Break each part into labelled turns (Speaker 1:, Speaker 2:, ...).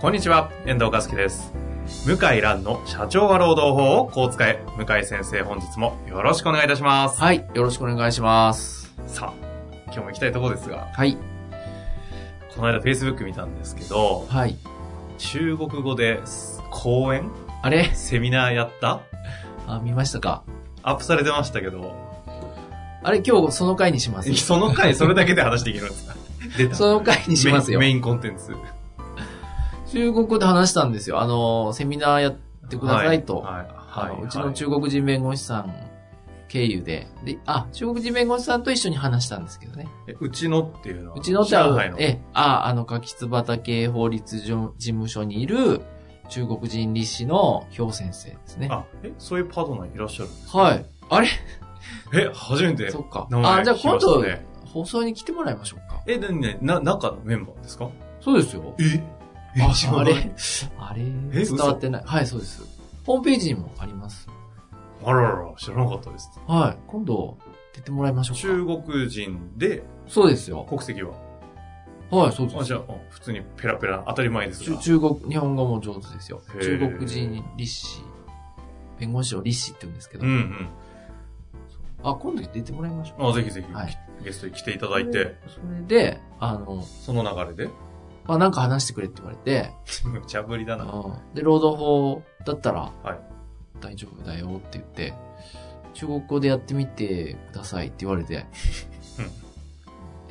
Speaker 1: こんにちは、遠藤和樹です。向井蘭の社長は労働法をこう使え、向井先生本日もよろしくお願いいたします。
Speaker 2: はい、よろしくお願いします。
Speaker 1: さあ、今日も行きたいところですが、
Speaker 2: はい、
Speaker 1: この間 Facebook 見たんですけど、
Speaker 2: はい。
Speaker 1: 中国語で講演
Speaker 2: あれ
Speaker 1: セミナーやった
Speaker 2: あ、見ましたか
Speaker 1: アップされてましたけど、
Speaker 2: あれ、今日その回にしま
Speaker 1: え
Speaker 2: す。
Speaker 1: その回それだけで話できるんです か出た。
Speaker 2: その回にしますよ
Speaker 1: メ。インメインコンテンツ。
Speaker 2: 中国語で話したんですよ。あの、セミナーやってくださいと。
Speaker 1: はい。
Speaker 2: あ
Speaker 1: はい。
Speaker 2: の
Speaker 1: はいう
Speaker 2: ちの中国人弁護士さん経由で。で、あ、中国人弁護士さんと一緒に話したんですけどね。
Speaker 1: えうちのっていうのは
Speaker 2: うちのじゃ
Speaker 1: 上
Speaker 2: あ
Speaker 1: 海の、
Speaker 2: え、あ、あの、柿津畑法律事務所にいる中国人律師の氷先生ですね。
Speaker 1: あ、え、そういうパートナーいらっしゃる
Speaker 2: はい。あれ
Speaker 1: え、初めて。
Speaker 2: そっか。
Speaker 1: 名前
Speaker 2: あ、じゃあ
Speaker 1: 聞きま
Speaker 2: 今
Speaker 1: した
Speaker 2: 度、
Speaker 1: ね
Speaker 2: 放送に来てもらいましょうか。
Speaker 1: え、なになに、な、中のメンバーですか
Speaker 2: そうですよ。
Speaker 1: え
Speaker 2: あ
Speaker 1: 知ら
Speaker 2: あ
Speaker 1: ない
Speaker 2: れあれ
Speaker 1: え
Speaker 2: 伝わってない。はい、そうです。ホームページにもあります。
Speaker 1: あららら、知らなかったです。
Speaker 2: はい。今度、出てもらいましょう
Speaker 1: 中国人で、
Speaker 2: か。そうですよ。
Speaker 1: 国籍は
Speaker 2: はい、そうで
Speaker 1: あ、
Speaker 2: す
Speaker 1: じゃあ、あ普通にペラペラ、当たり前です
Speaker 2: 中
Speaker 1: が。
Speaker 2: 中国、日本語も上手ですよ。
Speaker 1: へー
Speaker 2: 中国人律師。弁護士を律師って言うんですけど。
Speaker 1: うんうん。
Speaker 2: あ、今度出てもらいましょうか。
Speaker 1: あ、ぜひぜひ、
Speaker 2: はい
Speaker 1: ゲストに来ていただいて、
Speaker 2: それで、あの、
Speaker 1: その流れで。
Speaker 2: まあ、なんか話してくれって言われて、
Speaker 1: むちゃぶりだな。
Speaker 2: うんで、労働法だったら、
Speaker 1: い
Speaker 2: 大丈夫だよって言って、中国語でやってみてくださいって言われて、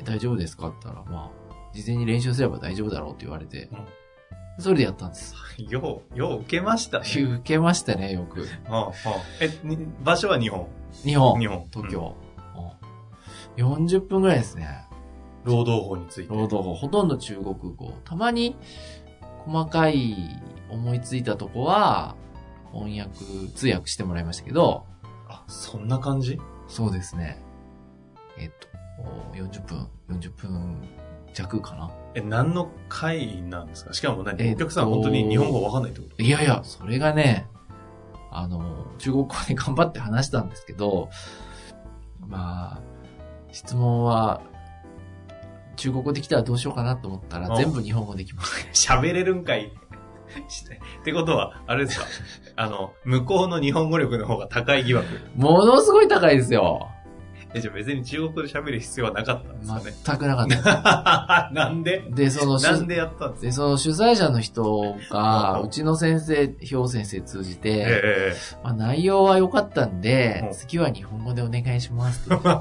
Speaker 2: え 大丈夫ですかって言ったら、まあ、事前に練習すれば大丈夫だろうって言われて、
Speaker 1: うん
Speaker 2: それでやったんです。
Speaker 1: よう、よう受けましたね。
Speaker 2: 受けましたね、よく。
Speaker 1: ああえ、に場所は日本。
Speaker 2: 日本、
Speaker 1: 日本。
Speaker 2: 東
Speaker 1: うん。
Speaker 2: 京、うん40分ぐらいですね。
Speaker 1: 労働法について。
Speaker 2: 労働法、ほとんど中国語。たまに、細かい思いついたとこは、翻訳、通訳してもらいましたけど、
Speaker 1: あ、そんな感じ
Speaker 2: そうですね。えっと、40分、40分弱かな。
Speaker 1: え、何の会なんですかしかも何、
Speaker 2: えっ
Speaker 1: お
Speaker 2: と
Speaker 1: 客さん本当に日本語わかんないってこと
Speaker 2: いやいや、それがね、あの、中国語で頑張って話したんですけど、まあ、質問は、中国語できたらどうしようかなと思ったら
Speaker 1: あ
Speaker 2: 全部日本語できました。
Speaker 1: 喋れるんかい。してってことは、あれですかあの、向こうの日本語力の方が高い疑惑。
Speaker 2: ものすごい高いですよ。
Speaker 1: え、じゃあ別に中国語で喋る必要はなかったんですかね。
Speaker 2: 全くなかった。
Speaker 1: なんで
Speaker 2: で、その、
Speaker 1: なんでやったんですか
Speaker 2: で、その主催者の人
Speaker 1: あ
Speaker 2: が、うちの先生、氷先生通じて、
Speaker 1: え
Speaker 2: まあ、内容は良かったんで
Speaker 1: う、ん
Speaker 2: 次は日本語でお願いしますって。
Speaker 1: え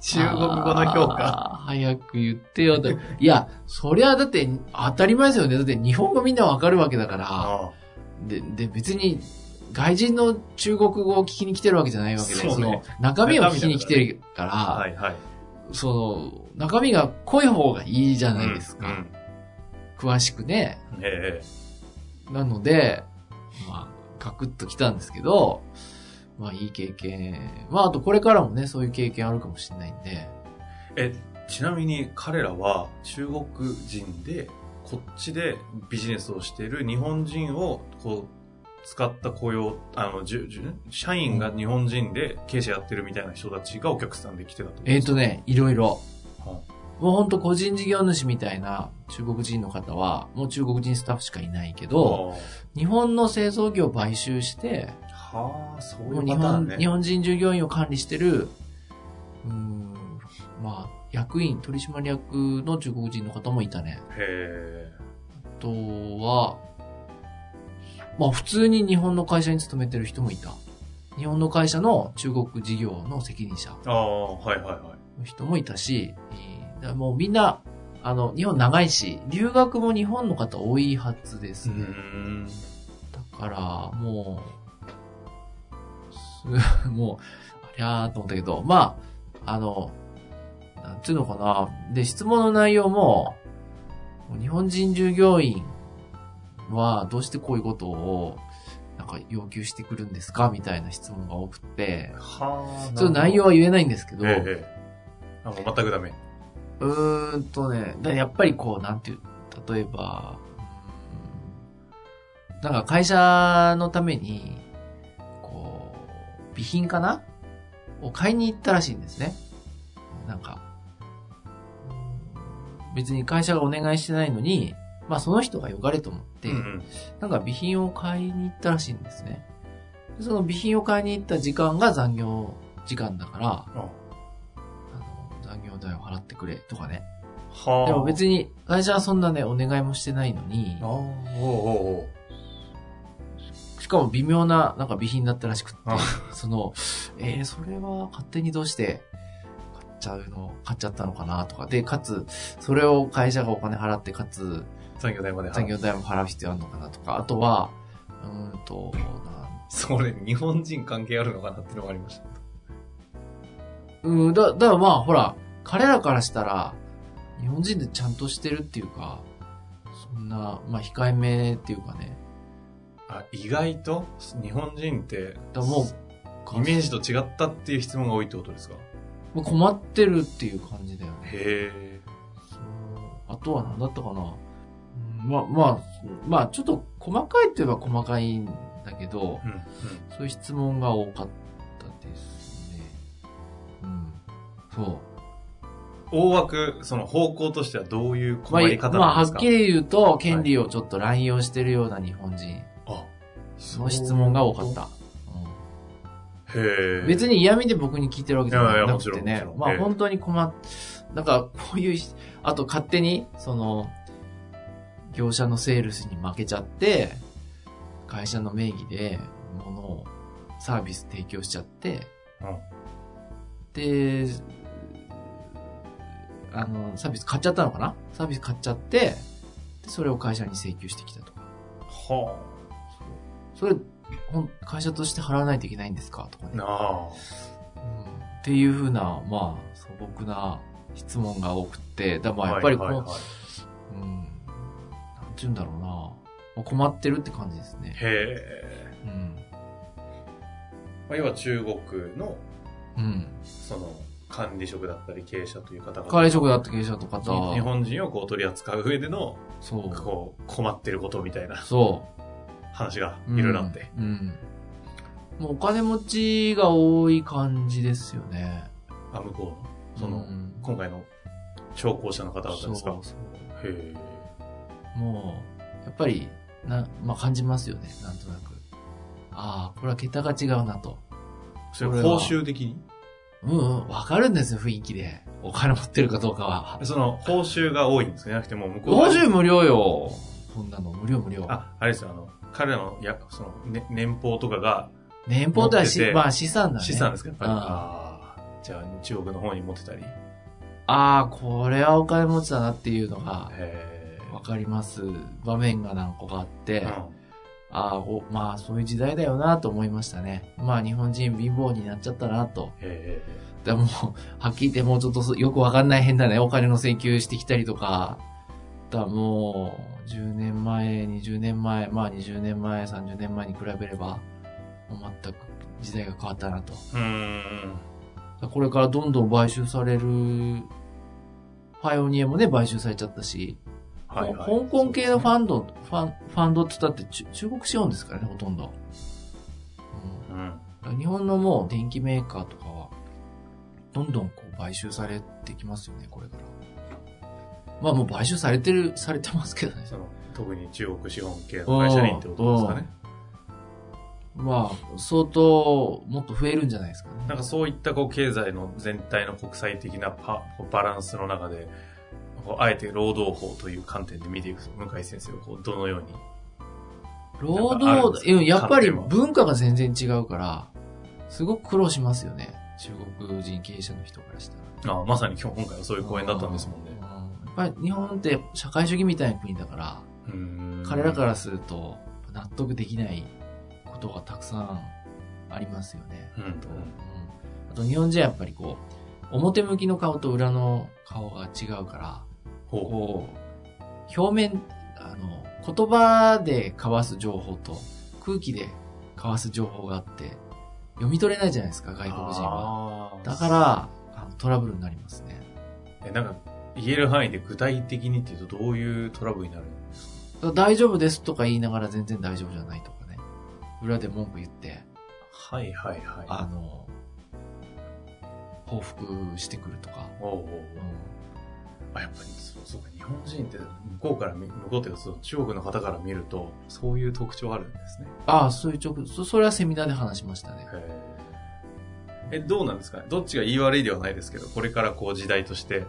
Speaker 1: 中国語の評価。
Speaker 2: あー。早く言ってよと。いや、そりゃだって当たり前ですよね。だって日本語みんなわかるわけだから。
Speaker 1: あ
Speaker 2: で、で、別に外人の中国語を聞きに来てるわけじゃないわけで、
Speaker 1: そうね
Speaker 2: その中身を聞きに来てるから、
Speaker 1: あはいはい。
Speaker 2: その中身が濃い方がいいじゃないですか。
Speaker 1: うん
Speaker 2: 詳しくね。
Speaker 1: うんええ
Speaker 2: なので、まあ、ガクッと来たんですけど、まあ、いい経験。まあ、あとこれからもね、そういう経験あるかもしれないんで、
Speaker 1: え、ちなみに彼らは中国人で、こっちでビジネスをしている日本人を、こう、使った雇用、あの、じゅじゅ社員が日本人で経営者やってるみたいな人たちがお客さんで来てたってこと
Speaker 2: え
Speaker 1: で
Speaker 2: っ、
Speaker 1: す
Speaker 2: とね、いろいろ。
Speaker 1: かは
Speaker 2: もうほんと個人事業主みたいな中国人の方は、もう中国人スタッフしかいないけど、日本の製造業を買収して、
Speaker 1: あはあ、そうい
Speaker 2: もう
Speaker 1: う
Speaker 2: 日
Speaker 1: パター
Speaker 2: 本
Speaker 1: ンね。
Speaker 2: 日本人従業員を管理してる、うーん、まあ、役員、取締役の中国人の方もいたね。
Speaker 1: へ
Speaker 2: あとは、まあ普通に日本の会社に勤めてる人もいた。日本の会社の中国事業の責任者
Speaker 1: え。ああ、はいはいはい。
Speaker 2: の人もいたし、えーだからもうみんな、あの、日本長いし、留学も日本の方多いはずです
Speaker 1: う
Speaker 2: ね。
Speaker 1: ん。
Speaker 2: だから、も う、すもう、ありゃーと思ったけど、まあ、あの、なんていうのかな。で、質問の内容も、日本人従業員はどうしてこういうことを、なんか要求してくるんですかみたいな質問が多くて、
Speaker 1: はあ。
Speaker 2: ちょっと内容は言えないんですけど、
Speaker 1: ええええ。なんか全くダメ。
Speaker 2: うーんとね、だやっぱりこう、なんていう、例えば、うーんなんか会社のために、こう、備品かなを買いに行ったらしいんですね。なんか、うん別に会社がお願いしてないのに、まあその人がよかれと思って、
Speaker 1: うん
Speaker 2: なんか備品を買いに行ったらしいんですね。でその備品を買いに行った時間が残業時間だか
Speaker 1: う
Speaker 2: ら、
Speaker 1: ん。あ
Speaker 2: あの残業代を払ってくれとかね。
Speaker 1: はあ。
Speaker 2: でも別
Speaker 1: に。
Speaker 2: に、会社はそんなね、お願いもしてないのに
Speaker 1: ああ、、おうおうおう
Speaker 2: しかも微妙な、なんか備品だったらしくって
Speaker 1: あ、
Speaker 2: その、えー、それは勝手にどうして、買っちゃうの、買っちゃったのかなとか、で、かつ、それを会社がお金払って、かつ、
Speaker 1: 残業代まで払う
Speaker 2: 残業代も払う必要あるのかなとか、あとは、うーんと、なん
Speaker 1: それ、日本人関係あるのかなってのがありました。
Speaker 2: うん、だ、だからまあ、ほら、彼らからしたら、日本人でちゃんとしてるっていうか、そんな、まあ、控えめっていうかね、
Speaker 1: あ、意外と日本人って、
Speaker 2: だからもう、
Speaker 1: イメージと違ったっていう質問が多いってことですか
Speaker 2: もう困ってるっていう感じだよね。
Speaker 1: へ
Speaker 2: そうあとは何だったかな。うんまあ、まあ、まあ、ちょっと細かいといえば細かいんだけど
Speaker 1: え。、うん。うん。
Speaker 2: そういう質問が多かったですね。うん。そう。
Speaker 1: 大枠、その方向としてはどういう
Speaker 2: ま
Speaker 1: 困
Speaker 2: あ、
Speaker 1: り方
Speaker 2: まあ、
Speaker 1: なん
Speaker 2: は
Speaker 1: です
Speaker 2: っ
Speaker 1: か、
Speaker 2: きり言うと、権利をちょっと乱用してるような日本人
Speaker 1: あ、そ
Speaker 2: の質問が多かった。うん
Speaker 1: た。へえ。
Speaker 2: 別に嫌味で僕に聞いてるわけじゃ
Speaker 1: いやいや
Speaker 2: な
Speaker 1: もち
Speaker 2: く
Speaker 1: ろ
Speaker 2: て
Speaker 1: んも
Speaker 2: ね
Speaker 1: ちろ。ん
Speaker 2: ま
Speaker 1: え
Speaker 2: あ
Speaker 1: え
Speaker 2: 本当に困っ、なんかこういうし、あと勝手に、その、業者のセールスに負けちゃって、会社の名義で物を、サービス提供しちゃって、
Speaker 1: うん
Speaker 2: で、あの、サービス買っちゃったのかなサービス買っちゃって、でそれを会社に請求してきたとか。
Speaker 1: は
Speaker 2: それ、ほん会社として払わないといけないんですかとかね
Speaker 1: あ。。なあ。
Speaker 2: っていうふうな、まあ、素朴な質問が多くて、だまあやっぱりこう、
Speaker 1: はいはいはい
Speaker 2: うん、なんて言うんだろうな、まあ困ってるって感じです
Speaker 1: へ
Speaker 2: ね。
Speaker 1: え。
Speaker 2: うん。
Speaker 1: まあ、要は中国の、
Speaker 2: うん。
Speaker 1: その、管理職だったり経営者という方々
Speaker 2: 会食だった経営者とか
Speaker 1: に
Speaker 2: と
Speaker 1: 日、本人をこう取り扱う上での、
Speaker 2: そう。
Speaker 1: こう、困ってることみたいな
Speaker 2: そ
Speaker 1: 話が
Speaker 2: う。うん
Speaker 1: いろいろあって。。
Speaker 2: うん。もうお金持ちが多い感じですよね。
Speaker 1: あ、向こうの、その、
Speaker 2: うん
Speaker 1: 今回の聴講者の方々ですか
Speaker 2: そう
Speaker 1: へえ。
Speaker 2: もう、やっぱり、な、まあ感じますよね、なんとなく。ああ、これは桁が違うなと。
Speaker 1: それ
Speaker 2: これ
Speaker 1: 報
Speaker 2: は
Speaker 1: 酬的に
Speaker 2: うんうん、わかるんですよ、雰囲気で。お金持ってるかどうかは。
Speaker 1: その、報酬が多いんですね。じゃなくてもう向こうは
Speaker 2: 50無料よ。そんなの、無料無料。
Speaker 1: あ、あれですよ、あの、彼らの、や、その、ね、年俸とかが
Speaker 2: 年俸とはし
Speaker 1: 持ってて
Speaker 2: まあ資産だね。
Speaker 1: 資産ですか、やっぱり。
Speaker 2: うん
Speaker 1: ああー。じゃあ、中国の方に持ってたり。へ
Speaker 2: ああ、これはお金持ちだなっていうのが、
Speaker 1: え。
Speaker 2: わかります。場面が何個かあって、
Speaker 1: うん
Speaker 2: ああ、おまあそういう時代だよなと思いましたね。まあ日本人貧乏になっちゃったなと。
Speaker 1: へ
Speaker 2: でも、 はっきり言ってもうちょっとそよくわかんない変だね。お金の請求してきたりとか。だからもう、10年前、20年前、まあ20年前、30年前に比べれば、もう全く時代が変わったなと。だか
Speaker 1: え。うーん。
Speaker 2: らこれからどんどん買収される、パイオニアもね、買収されちゃったし、
Speaker 1: はい、はい。
Speaker 2: 香港系のフ
Speaker 1: ン。
Speaker 2: ァンド、ファン、ファンドって言ったって中中国資本ですからね、ほとんど。うん
Speaker 1: うん。
Speaker 2: 日本のもう電機メーカーとかは、どんどんこう買収されてきますよね、これから。まあもう買収されてる、されてますけどね。
Speaker 1: その、特に中国資本系の会社にってことですかね。
Speaker 2: まあ、相当、もっと増えるんじゃないですかね。
Speaker 1: なんかそういったこう経済の全体の国際的なパバランスの中で、こうあえて労働法という観点で見ていくと向井先生はこうどのように。
Speaker 2: 労
Speaker 1: なんかあるんで
Speaker 2: 働
Speaker 1: す、か
Speaker 2: うんやっぱり
Speaker 1: 観点は
Speaker 2: 文化が全然違うから、すごく苦労しますよね。中国人経営者の人からしたら。
Speaker 1: あまさに今日今回はそういう講演だったんですもんね
Speaker 2: う。やっぱり日本って社会主義みたいな国だから、
Speaker 1: うん
Speaker 2: 彼らからすると納得できないことがたくさんありますよね。
Speaker 1: うん
Speaker 2: うんあと日本人はやっぱりこう、表向きの顔と裏の顔が違うから、
Speaker 1: ほ
Speaker 2: こう、表面、あの、言葉で交わす情報と空気で交わす情報があって、読み取れないじゃないですか、
Speaker 1: う。
Speaker 2: 外国人は。
Speaker 1: は
Speaker 2: だから、あのトラブルになりますね。
Speaker 1: え、なんか、言える範囲で具体的にっていうとどういうトラブルになる
Speaker 2: だから大丈夫ですとか言いながら全然大丈夫じゃないとかね。裏で文句言って、
Speaker 1: はいはいはい。
Speaker 2: あの、報復してくるとか。
Speaker 1: おうおうおう
Speaker 2: う
Speaker 1: あやっぱりそうそうか日本人って向こうから見向こうっていうかその中国の方から見るとそういう特徴あるんですね。
Speaker 2: ああ、そういう直、そそれはセミナーで話しましたね。
Speaker 1: えどうなんですかどっちが言い悪いではないですけどこれからこう時代として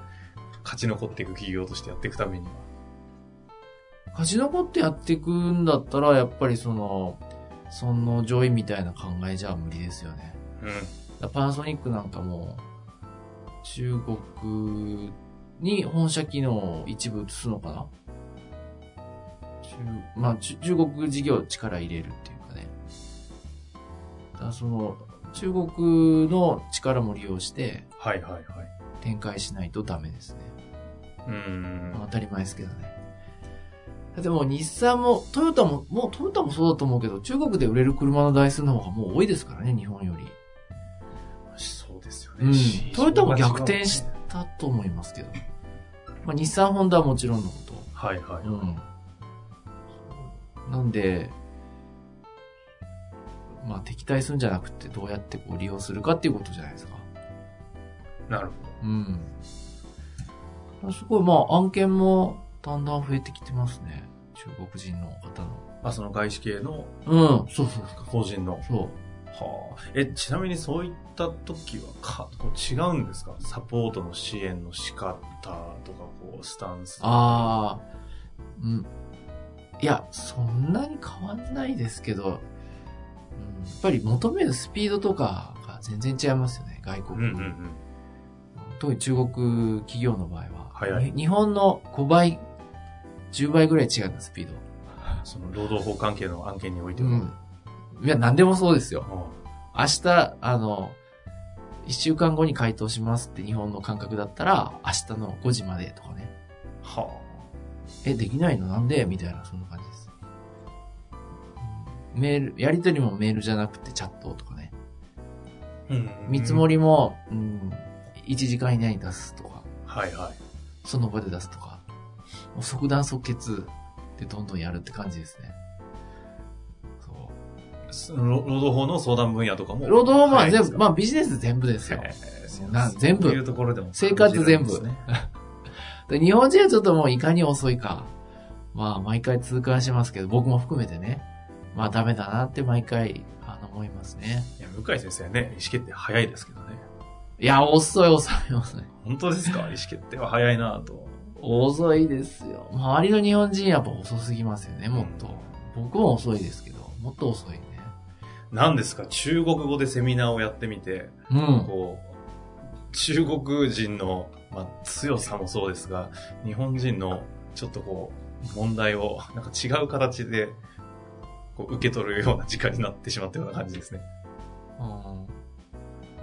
Speaker 1: 勝ち残っていく企業としてやっていくためには。
Speaker 2: 勝ち残ってやっていくんだったら、やっぱりその、その上位みたいな考えじゃ無理ですよね。
Speaker 1: う
Speaker 2: だからパナソニックなんかも、中国に本社機能を一部移すのかな中、まあ、中中国事業力入れるっていうかね。だからその、中国の力も利用して
Speaker 1: ん。はいはいはい。
Speaker 2: 展開しないとダメですね。
Speaker 1: うーん。
Speaker 2: 当たり前ですけどね。でもう日産もトヨタも、もうトヨタもそうだと思うけど、中国で売れる車の台数の方がもう多いですからね、日本より。
Speaker 1: そうですよ
Speaker 2: う
Speaker 1: ね。
Speaker 2: ん
Speaker 1: 市。場
Speaker 2: トヨタも
Speaker 1: が違う
Speaker 2: 逆転したと思いますけど。まあ、日産、ホンダはもちろんのこ
Speaker 1: はいは
Speaker 2: と。うん。なんで、まあ敵対するんじゃなくてどうやってこう利用するかっていうことじゃないですか。
Speaker 1: い。なるほ
Speaker 2: うん。すごい、まあ案件もだんだん増えてきてますね。中国人の方の。
Speaker 1: ど。あ、その外資系の
Speaker 2: うん、そうそう
Speaker 1: 法人の。
Speaker 2: そう。
Speaker 1: はあ。え、ちなみにそういった時はか、こう違うんですかサポートの支援の仕方とか、こう、スタンス。
Speaker 2: ああ、うん。いや、そんなに変わんないですけど、うん、やっぱり求めるスピードとかが全然違いますよね、外
Speaker 1: う
Speaker 2: 国。
Speaker 1: んうんうん。
Speaker 2: 特に中国企業の場合は。
Speaker 1: 早い
Speaker 2: に日本の5倍、10倍ぐらい違うの、スピード。
Speaker 1: その労働法関係の案件において
Speaker 2: う
Speaker 1: は。
Speaker 2: ん。いや、何でもそうですよ。
Speaker 1: は
Speaker 2: 明日、あの、1週間後に回答しますって日本の感覚だったら、明日の5時までとかね。
Speaker 1: あは
Speaker 2: え、できないのなんでみたいな、そんな感じです。うんメール、やりとりもメールじゃなくてチャットとかね。
Speaker 1: あ。うん
Speaker 2: 見積も。りも、うん、1時間以内に出すとか、
Speaker 1: はいはい。
Speaker 2: その場で出すとか、もう即断即決でどんどんやるって感じですね。そ
Speaker 1: その労労働法の相談分野とかも。
Speaker 2: う。労働法は
Speaker 1: 早い
Speaker 2: 全
Speaker 1: です
Speaker 2: 部、
Speaker 1: か
Speaker 2: まあビジネス全部ですよ。
Speaker 1: へえ
Speaker 2: な全部
Speaker 1: そういうところでも。
Speaker 2: 生活全部
Speaker 1: 感じるんですね
Speaker 2: で日本人はちょっともういかに遅いか。まあ、毎回痛感しますけど、僕も含めてね。まあ、ダメだなって毎回、あの、思いますね。
Speaker 1: いや、向井先生ね、意思決定早いですけどね。
Speaker 2: いや、遅い、遅い、遅い。
Speaker 1: 本当 ですか意思決定は早いなぁと。
Speaker 2: 遅いですよ。周りの日本人やっぱ遅すぎますよね、もっと。僕も遅いですけど、もっと遅いね。
Speaker 1: 何ですか中国語でセミナーをやってみて、
Speaker 2: うん。
Speaker 1: こう、中国人の、まあ、強さもそうですが、日本人のちょっとこう、問題をなんか違う形でこう受け取るような時間になってしまったような感じですね。
Speaker 2: う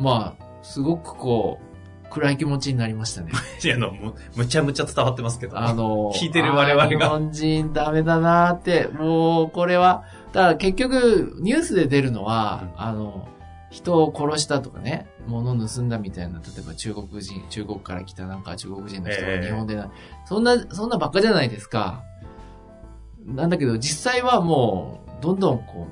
Speaker 2: ん、まあ、すごくこう、暗い気持ちになりましたね。
Speaker 1: いや、あの、むむちゃむちゃ伝わってますけど。
Speaker 2: あの、
Speaker 1: 聞いてる我々が
Speaker 2: あー日本人ダメだなーって、もうこれは、だから結局ニュースで出るのは、あの、人を殺したとかね、物を盗んだみたいな、例えば中国人、中国から来たなんか中国人の人
Speaker 1: え
Speaker 2: が
Speaker 1: え
Speaker 2: 日本でな、そんな、そんなばっかじゃないですか。なんだけど、実際はもう、どんどんこ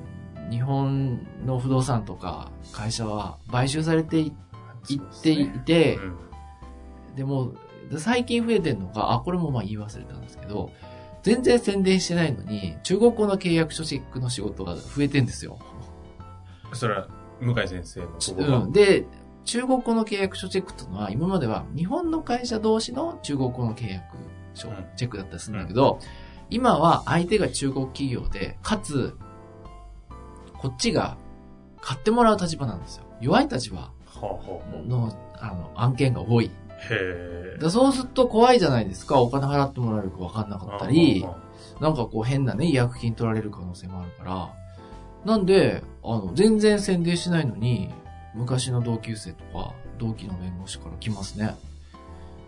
Speaker 2: う、日本の不動産とか会社は買収されていいっていて、
Speaker 1: うん
Speaker 2: でも、最近増えてるのが、あ、これもまあ言い忘れたんですけど、全然宣伝してないのに、中国語の契約書チェックの仕事が増えてんですよ。
Speaker 1: それは、向井先生のここが、
Speaker 2: うん、で、中国語の契約書チェックというのは、今までは日本の会社同士の中国語の契約書
Speaker 1: うん
Speaker 2: チェックだったりするんだけど、今は相手が中国企業で、かつ、こっちが買ってもらう立場なんですよ。弱い立場
Speaker 1: はあは
Speaker 2: の、あの、案件が多い。
Speaker 1: あ、へえ。
Speaker 2: だそうすると怖いじゃないですか。お金払ってもらえるか分かんなかったり、なんかこう変なね、医薬品取られる可能性もあるから。なんで、あの、全然宣伝しないのに、昔の同級生とか、同期の弁護士から来ますね。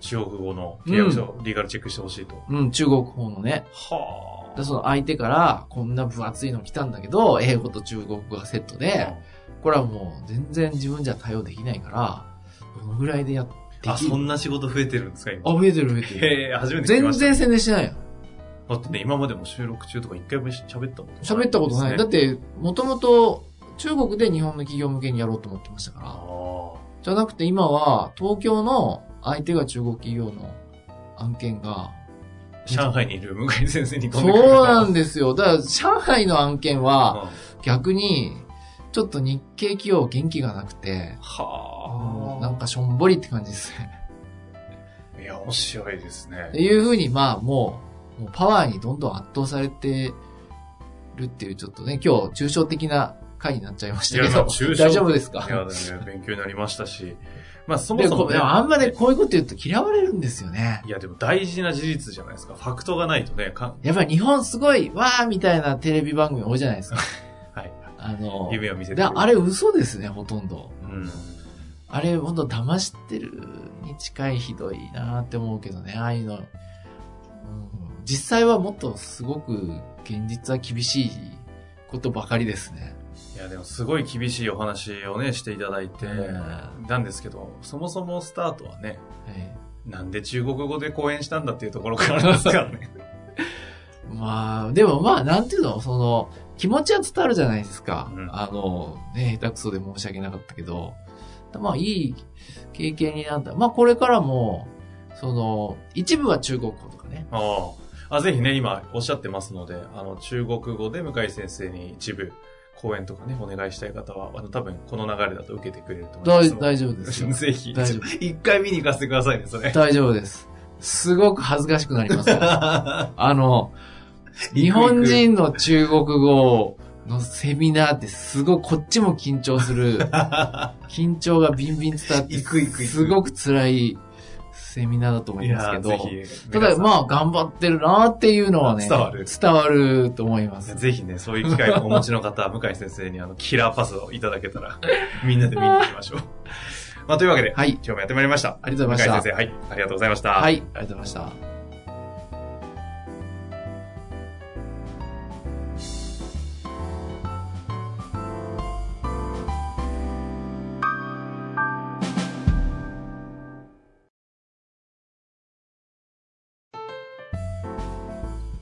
Speaker 1: 中国語の契約書、リーガルチェックしてほしいと。
Speaker 2: うん、中国法のね。
Speaker 1: は
Speaker 2: でその相手から、こんな分厚いの来たんだけど、英語と中国語がセットで、これはもう全然自分じゃ対応できないから、どのぐらいでやってき
Speaker 1: あ、そんな仕事増えてるんですか、今。
Speaker 2: あ、増えてる増えてる。
Speaker 1: へえ、初めて聞き
Speaker 2: 全
Speaker 1: ました。
Speaker 2: 然宣伝してないよ。
Speaker 1: だってね、今までも収録中とか一回も喋ったことない。
Speaker 2: 喋ったことない。だ
Speaker 1: で
Speaker 2: っ
Speaker 1: すね
Speaker 2: て、もともと中国で日本の企業向けにやろうと思ってましたから。
Speaker 1: あ
Speaker 2: じゃなくて今は東京の相手が中国企業の案件が。
Speaker 1: あ。上海にいる向井先生に
Speaker 2: そ
Speaker 1: 今
Speaker 2: う
Speaker 1: 度来る
Speaker 2: なんですよ。だから上海の案件は
Speaker 1: うん
Speaker 2: 逆にちょっと日系企業元気がなくて、
Speaker 1: はあ。
Speaker 2: なんかしょんぼりって感じですね。
Speaker 1: いや、面白いですね
Speaker 2: っ。ていうふうにまあもう、もうパワーにどんどん圧倒されてるっていうちょっとね、今日抽象的な回になっちゃいました
Speaker 1: い
Speaker 2: け
Speaker 1: やま
Speaker 2: ど
Speaker 1: あ抽、象
Speaker 2: 大丈夫ですか
Speaker 1: いや、でもね勉強になりましたし。まあ、そも
Speaker 2: で
Speaker 1: そ
Speaker 2: こ
Speaker 1: も
Speaker 2: う
Speaker 1: ね
Speaker 2: でも。あんまね、こういうこと言うと嫌われるんですよね。
Speaker 1: いや、でも大事な事実じゃないですか。ファクトがないとね、かん
Speaker 2: やっぱり日本すごい、わーみたいなテレビ番組多いじゃないですか。
Speaker 1: はい。
Speaker 2: あの、
Speaker 1: 夢を見せてく
Speaker 2: で
Speaker 1: れる。
Speaker 2: あれ嘘ですね、ほとんど。
Speaker 1: うん。
Speaker 2: あれ、ほんと騙してるに近いひどいなーって思うけどね、ああいうの。うん実際はもっとすごく現実は厳しいことばかりですね。
Speaker 1: いや、でもすごい厳しいお話をね、していただいて、
Speaker 2: うん
Speaker 1: なんですけど、そもそもスタートはね、
Speaker 2: え
Speaker 1: なんで中国語で講演したんだっていうところからですから ね。
Speaker 2: えまあ、でもまあ、なんていうの、その、気持ちは伝わるじゃないですか。
Speaker 1: うん
Speaker 2: あの、ね、下手くそで申し訳なかったけど、まあ、いい経験になった。まあ、これからも、その、一部は中国語とかね、
Speaker 1: ああ。あ、ぜひね、今おっしゃってますので、あの、中国語で向井先生に一部講演とかね、お願いしたい方は、あの、多分この流れだと受けてくれると思いま
Speaker 2: 大
Speaker 1: す。。
Speaker 2: 大丈夫です よ
Speaker 1: ぜひ、
Speaker 2: 大丈夫
Speaker 1: 一回見に行かせてくださいね、それ。
Speaker 2: 大丈夫です。すごく恥ずかしくなりますよ。 あの、日本人の中国語のセミナーってすごいこっちも緊張 する。緊張がビンビン伝わって、
Speaker 1: 行く行く行く
Speaker 2: すごく辛いセミナーだと思
Speaker 1: い
Speaker 2: います
Speaker 1: や
Speaker 2: け
Speaker 1: ー
Speaker 2: ど。
Speaker 1: ぜひ、
Speaker 2: ただ、まあ、頑張ってるなーっていうのはね、
Speaker 1: 伝わる
Speaker 2: 伝わると思いま
Speaker 1: 皆さん
Speaker 2: す。
Speaker 1: ぜひね、そういう機会をお持ちの方は、向井先生にあの、キラーパスをいただけたら、みんなで見に行きましょう。まあ、というわけで、
Speaker 2: はい。
Speaker 1: 今日もやってまいりました。
Speaker 2: ありがとうございました
Speaker 1: 向井先生、はい、ありがとうございました。
Speaker 2: はい、ありがとうございました。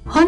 Speaker 3: 本